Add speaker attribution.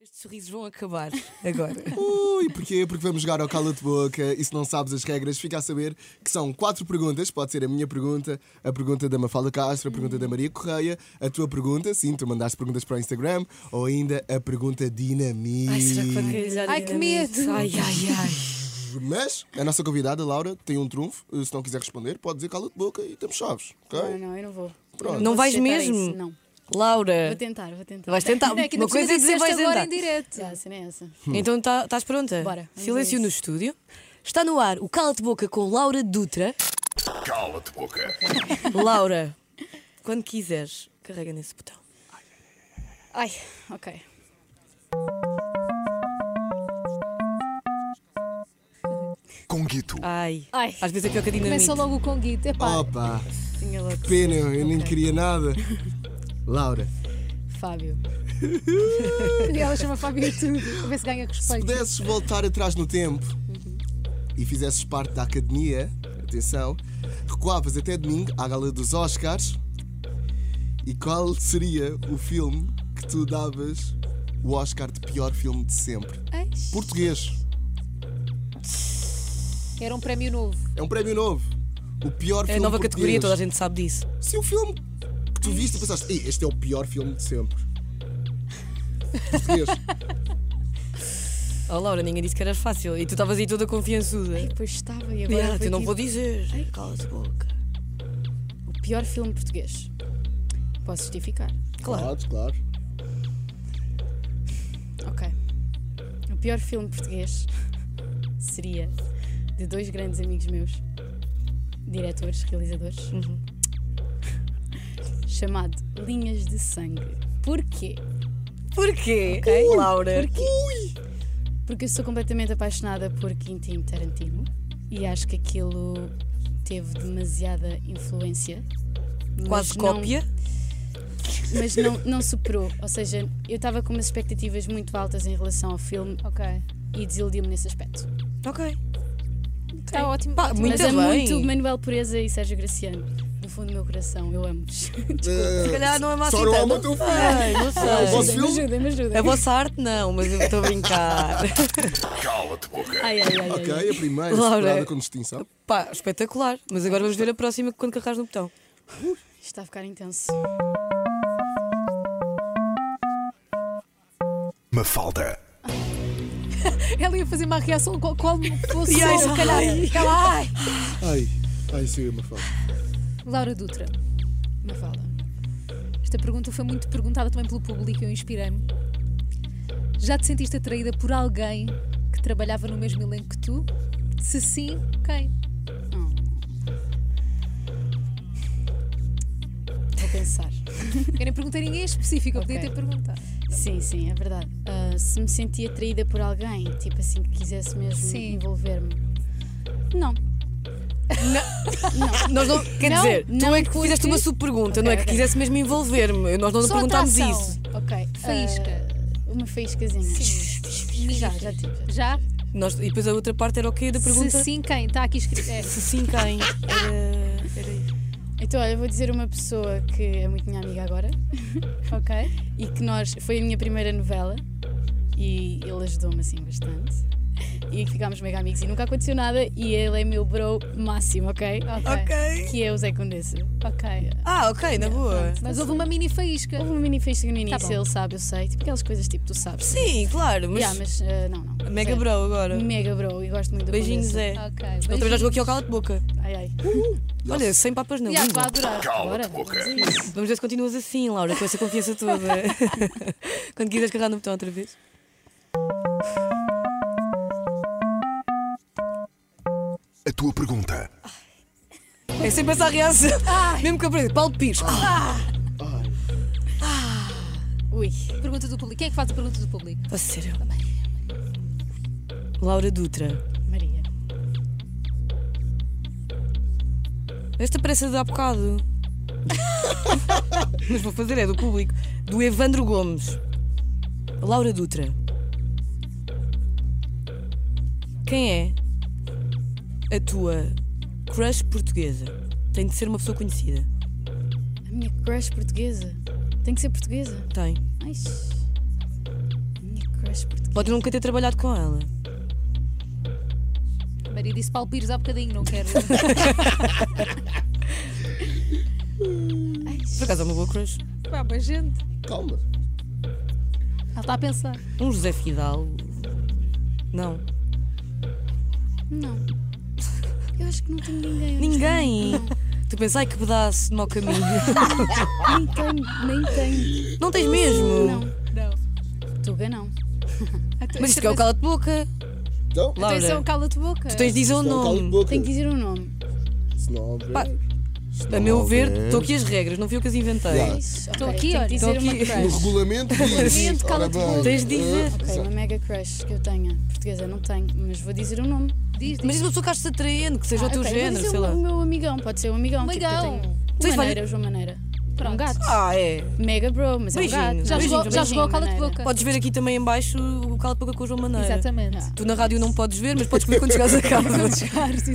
Speaker 1: Estes sorrisos vão acabar agora.
Speaker 2: Ui, porquê? Porque vamos jogar ao cala de boca e se não sabes as regras, fica a saber que são quatro perguntas. Pode ser a minha pergunta, a pergunta da Mafalda Castro, a pergunta da Maria Correia, a tua pergunta, sim, tu mandaste perguntas para o Instagram, ou ainda a pergunta dinamite.
Speaker 3: Ai, será que vai calhar
Speaker 1: Ai, que
Speaker 3: dinamite?
Speaker 1: medo.
Speaker 3: Ai, ai, ai.
Speaker 2: Mas a nossa convidada, Laura, tem um trunfo. Se não quiser responder, pode dizer cala de boca e temos chaves, ok?
Speaker 4: Não, não, eu não vou.
Speaker 2: Pronto.
Speaker 4: Eu
Speaker 1: Não
Speaker 4: vou
Speaker 1: vais
Speaker 4: sustentar
Speaker 1: mesmo?
Speaker 4: isso, Não. Vou
Speaker 1: Laura,
Speaker 4: tentar, vou tentar.
Speaker 1: vais tentar.
Speaker 3: Não, é que ainda
Speaker 1: Uma
Speaker 3: por cima
Speaker 1: coisa é dizer
Speaker 3: disseste
Speaker 1: vais
Speaker 3: agora
Speaker 1: tentar.
Speaker 3: em direto.
Speaker 4: Já, a cena é essa.
Speaker 1: Então tá- estás pronta?
Speaker 4: Bora, vamos
Speaker 1: Silêncio
Speaker 4: a isso.
Speaker 1: no estúdio. Está no ar o Cala-te Boca com Laura Dutra.
Speaker 5: Cala-te boca.
Speaker 1: Laura, quando quiseres, carrega nesse botão.
Speaker 4: Ai, ok.
Speaker 5: Conguito.
Speaker 1: Ai.
Speaker 4: Ai.
Speaker 1: Às vezes é pior que a dinamite.
Speaker 3: Começa logo com o Conguito. Epá,
Speaker 2: Opa,
Speaker 4: Tinha logo.
Speaker 2: pena, eu nem queria nada. Laura,
Speaker 4: Fábio.
Speaker 3: ela chama Fábio e tudo. A ver se ganha
Speaker 2: se
Speaker 3: respeito.
Speaker 2: pudesses voltar atrás no tempo e fizesses parte da academia, atenção, recuavas até domingo à gala dos Oscars e qual seria o filme que tu davas o Oscar de pior filme de sempre?
Speaker 3: Ai,
Speaker 2: Português.
Speaker 3: Era um prémio novo.
Speaker 2: É um prémio novo. O pior
Speaker 1: É
Speaker 2: filme
Speaker 1: a nova
Speaker 2: português.
Speaker 1: categoria, toda a gente sabe disso.
Speaker 2: Se o filme que tu viste e pensaste, "Ei, este é o pior filme de sempre. Português.
Speaker 1: Oh, Laura, ninguém disse que era fácil. E tu estavas aí toda confiançuda.
Speaker 4: Ai, pois estava e agora.
Speaker 1: Ah,
Speaker 4: foi
Speaker 1: eu não
Speaker 4: tipo
Speaker 1: vou dizer. Cala-te boca.
Speaker 4: O pior filme português. Posso justificar?
Speaker 1: Claro.
Speaker 2: Claro, claro.
Speaker 4: Ok. O pior filme português seria de dois grandes amigos meus, diretores, realizadores, chamado Linhas de Sangue. Porquê?
Speaker 1: Porquê?
Speaker 4: Ok.
Speaker 1: Laura.
Speaker 4: Porque eu sou completamente apaixonada por Quentin Tarantino e acho que aquilo teve demasiada influência. mas
Speaker 1: Quase
Speaker 4: não-
Speaker 1: cópia.
Speaker 4: mas não, não superou. Ou seja, eu estava com umas expectativas muito altas em relação ao filme
Speaker 3: Ok.
Speaker 4: e desiludiu-me nesse aspecto.
Speaker 1: Ok.
Speaker 3: Está ótimo.
Speaker 1: Pá,
Speaker 3: ótimo.
Speaker 1: Ah, muito
Speaker 4: Mas
Speaker 1: bem.
Speaker 4: amo muito Manuel Pureza e Sérgio Graciano. Do fundo do meu coração, eu amo-vos.
Speaker 1: Se calhar não é má
Speaker 2: Eh, Só
Speaker 1: assim
Speaker 2: não
Speaker 1: tanto.
Speaker 2: ama o teu filho. É
Speaker 1: Ai, não
Speaker 2: o vosso
Speaker 1: sei.
Speaker 2: filho.
Speaker 4: Me ajudem, me ajudem.
Speaker 1: A vossa arte não, mas eu estou a brincar.
Speaker 5: Cala-te boca.
Speaker 4: Ai, ai, ai, ai.
Speaker 2: Ok, a primeira
Speaker 1: Laura.
Speaker 2: superada com distinção.
Speaker 1: Pá, espetacular. Mas agora vamos ver a próxima quando carregares no botão.
Speaker 4: Isto está a ficar intenso.
Speaker 5: Mafalda.
Speaker 3: Ela ia fazer uma reação qual, qual fosse
Speaker 1: E ai,
Speaker 3: se calhar. Ela, ai.
Speaker 2: Ai, ai, sim, uma fala.
Speaker 3: Laura Dutra,
Speaker 4: Uma fala.
Speaker 3: esta pergunta foi muito perguntada também pelo público e eu inspirei-me. Já te sentiste atraída por alguém que trabalhava no mesmo elenco que tu? Se sim, quem?
Speaker 4: Vou pensar.
Speaker 3: Eu nem perguntei a ninguém em específico, eu podia
Speaker 4: Ok.
Speaker 3: ter perguntado.
Speaker 4: Sim, sim, é verdade. Ah, se me sentia atraída por alguém, tipo assim, que quisesse mesmo
Speaker 3: Sim.
Speaker 4: envolver-me. Não.
Speaker 1: Nós não, quer
Speaker 4: Não,
Speaker 1: dizer, tu
Speaker 4: não
Speaker 1: é que fizeste
Speaker 4: porque-
Speaker 1: uma sub-pergunta,
Speaker 4: Ok,
Speaker 1: não é que
Speaker 4: ok.
Speaker 1: quisesse mesmo envolver-me. Nós não,
Speaker 3: Só
Speaker 1: perguntámos
Speaker 3: atração.
Speaker 1: isso.
Speaker 4: Ok. ah,
Speaker 3: Faísca.
Speaker 4: uma faíscazinha. Já, já tive. já.
Speaker 3: Já?
Speaker 1: Nós, e depois a outra parte era o quê da pergunta?
Speaker 3: Se sim, quem? Está aqui escrito. É.
Speaker 1: Se sim, quem? Era, era isso.
Speaker 4: Então, olha, eu vou dizer uma pessoa que é muito minha amiga agora
Speaker 3: Ok.
Speaker 4: e que nós. Foi a minha primeira novela e ele ajudou-me assim bastante. E ficámos mega amigos e nunca aconteceu nada. E ele é meu bro máximo, ok?
Speaker 3: Ok.
Speaker 4: Que é o Zé Condessa.
Speaker 3: Ok.
Speaker 1: Ah, ok, na boa.
Speaker 3: Mas houve uma mini faísca.
Speaker 4: Houve uma mini festa no início,
Speaker 3: bom.
Speaker 4: ele sabe, eu sei. Tipo aquelas coisas tipo, tu sabes.
Speaker 1: Sim, claro, Tá mas.
Speaker 4: Yeah, mas ah, não, não.
Speaker 1: Mega
Speaker 4: Zé.
Speaker 1: bro agora.
Speaker 4: Mega bro, e gosto muito do
Speaker 1: Beijinhos,
Speaker 4: Condessa.
Speaker 1: Zé.
Speaker 3: Ok.
Speaker 1: Ele também já jogou aqui ao cala de boca.
Speaker 4: Ai ai.
Speaker 1: Olha, sem papas na
Speaker 3: Yeah, vai
Speaker 1: língua.
Speaker 3: adorar.
Speaker 5: Cala-te
Speaker 4: Bora.
Speaker 5: boca.
Speaker 4: vamos a isso.
Speaker 1: Vamos ver se continuas assim, Laura, com essa confiança toda. Quando quiseres carregar no botão outra vez.
Speaker 5: A tua pergunta.
Speaker 1: É sempre essa a reação. Mesmo que eu perdi. Paulo Pires. Ah.
Speaker 4: Ui.
Speaker 3: Pergunta do público. Quem é que faz a pergunta do público?
Speaker 1: A sério. Laura Dutra.
Speaker 4: Maria.
Speaker 1: Esta parece a de há bocado. Mas vou fazer, é do público. Do Evandro Gomes. Laura Dutra. Quem é a tua crush portuguesa? Tem de ser uma pessoa conhecida.
Speaker 4: A minha crush portuguesa. Tem que ser portuguesa.
Speaker 1: Tem.
Speaker 4: Ai. Minha
Speaker 3: crush português.
Speaker 1: Pode nunca ter trabalhado com ela.
Speaker 3: Maria disse Paulo Pires há bocadinho, não quero. Ai,
Speaker 1: Por acaso é uma boa crush.
Speaker 3: pá, boa gente.
Speaker 2: Calma.
Speaker 3: Ela está a pensar.
Speaker 1: Um José Fidalgo. Não.
Speaker 4: Não. Eu acho que não tenho ninguém.
Speaker 1: Ninguém. Tu pensas, ai que pedaço de mau caminho.
Speaker 4: Nem tenho, nem tenho.
Speaker 1: não tens mesmo.
Speaker 4: Não.
Speaker 3: Não.
Speaker 4: Tuga não.
Speaker 1: Mas isto que é o cala de boca.
Speaker 2: Então,
Speaker 1: Laura,
Speaker 3: Atenção, cala-te boca.
Speaker 1: tu tens de dizer o
Speaker 2: isto é um calo de
Speaker 1: nome.
Speaker 2: boca.
Speaker 4: Tenho que dizer um nome.
Speaker 2: Se não houver-
Speaker 1: Pá,
Speaker 2: se
Speaker 1: A
Speaker 2: não
Speaker 1: meu ver,
Speaker 2: houver-
Speaker 1: estou aqui as regras, não fui eu que as inventei.
Speaker 2: Yeah.
Speaker 4: Estou
Speaker 3: aqui,
Speaker 4: tenho
Speaker 3: olha.
Speaker 4: que dizer
Speaker 1: Tô
Speaker 4: uma
Speaker 1: aqui.
Speaker 2: No
Speaker 4: crush.
Speaker 2: regulamento diz.
Speaker 3: Regulamento,
Speaker 2: Ora
Speaker 3: cala-te
Speaker 2: bem,
Speaker 3: boca.
Speaker 1: Tens de dizer.
Speaker 2: eh,
Speaker 4: Ok, uma mega crush que eu tenha. Portuguesa não tenho, mas vou dizer um nome.
Speaker 1: Mas
Speaker 3: Diz, diz.
Speaker 1: diz uma pessoa que achas atraente, que seja o
Speaker 4: Ah,
Speaker 1: teu
Speaker 4: ok, vou
Speaker 1: género,
Speaker 4: dizer
Speaker 1: sei
Speaker 4: o
Speaker 1: lá. Então
Speaker 4: meu amigão, pode ser um amigão.
Speaker 3: Amigão.
Speaker 4: Tipo, que eu tenho. O
Speaker 1: Tens
Speaker 4: Maneira, o João Maneira. É Um gato.
Speaker 1: Ah, é.
Speaker 4: Mega bro, mas
Speaker 1: Beijinho.
Speaker 4: é um gato.
Speaker 3: Já
Speaker 1: Beijinho,
Speaker 3: jogou, já
Speaker 1: beijinho,
Speaker 3: jogou ao cala-te
Speaker 4: Maneira.
Speaker 3: boca.
Speaker 1: Podes Ah. ver aqui também em baixo o cala de boca com o João Maneira.
Speaker 3: Exatamente.
Speaker 1: Tu na rádio não podes ver, mas podes ver quando chegares a casa.
Speaker 3: Vamos chegar, sim,